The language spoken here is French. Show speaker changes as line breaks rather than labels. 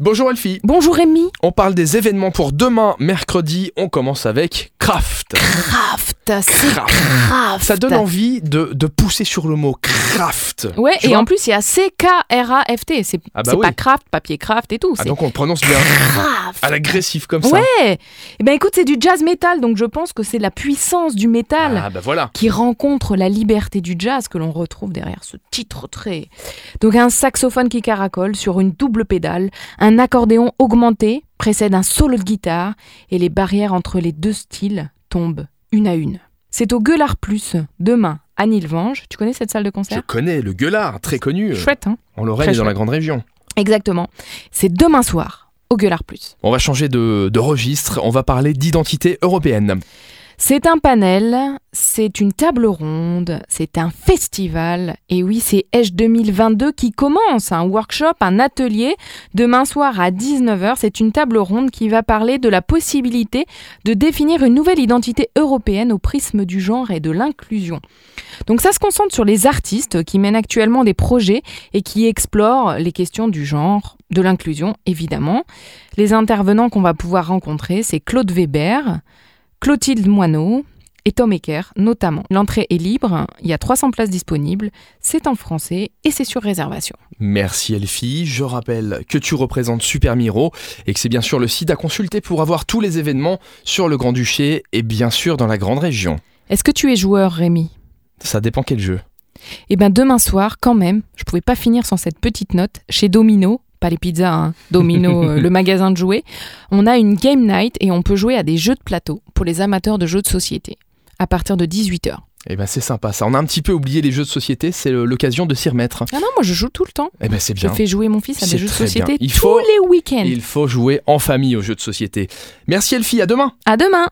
Bonjour Elfie,
Bonjour Rémi.
on parle des événements pour demain, mercredi, on commence avec Kraft.
Craft, c'est
Kraft.
craft.
Ça donne envie de, de pousser sur le mot Kraft.
Ouais,
Tu
et
vois
en plus, il y a C-K-R-A-F-T. C'est
Ah bah
c'est
oui.
pas craft, papier craft et tout.
Ah
c'est
donc on le prononce bien
craft.
à l'agressif comme ça.
Ouais. Eh ben écoute, c'est du jazz metal, donc je pense que c'est la puissance du métal.
Ah bah voilà.
qui rencontre la liberté du jazz que l'on retrouve derrière ce titre très. Donc un saxophone qui caracole sur une double pédale, un accordéon augmenté précède un solo de guitare et les barrières entre les deux styles tombent une à une. C'est au Gueulard Plus, demain, à Nilvange. Tu connais cette salle de
Je
concert
connais le gueulard, très connu euh,
Chouette, hein
en Lorraine
très
et dans la
chouette.
grande région.
Exactement. C'est demain soir, au Gueulard Plus.
On va changer de, de registre, on va parler d'identité européenne.
C'est un panel, c'est une table ronde, c'est un festival. Et oui, c'est H 2022 qui commence, un workshop, un atelier. Demain soir à 19h, c'est une table ronde qui va parler de la possibilité de définir une nouvelle identité européenne au prisme du genre et de l'inclusion. Donc ça se concentre sur les artistes qui mènent actuellement des projets et qui explorent les questions du genre, de l'inclusion évidemment. Les intervenants qu'on va pouvoir rencontrer, c'est Claude Weber, Clotilde Moineau et Tom Ecker notamment. L'entrée est libre, il y a 300 places disponibles, c'est en français et c'est sur réservation.
Merci Elfie, je rappelle que tu représentes Super Miro et que c'est bien sûr le site à consulter pour avoir tous les événements sur le Grand-Duché et bien sûr dans la grande région.
Est-ce que tu es joueur Rémi
Ça dépend quel jeu.
Eh ben demain soir quand même, je pouvais pas finir sans cette petite note chez Domino. Pas les pizzas, hein, Domino, euh, le magasin de jouets. On a une game night et on peut jouer à des jeux de plateau pour les amateurs de jeux de société à partir de 18h.
Eh ben c'est sympa ça. On a un petit peu oublié les jeux de société, c'est le- l'occasion de s'y remettre. hein.
Ah non, moi je joue tout le temps.
Eh ben c'est bien.
Je fais jouer mon fils à
C'est
des jeux de
très bien.
société
Il
tous
faut-
les week-ends.
Il faut jouer en famille aux jeux de société. Merci Elfie, à demain.
À demain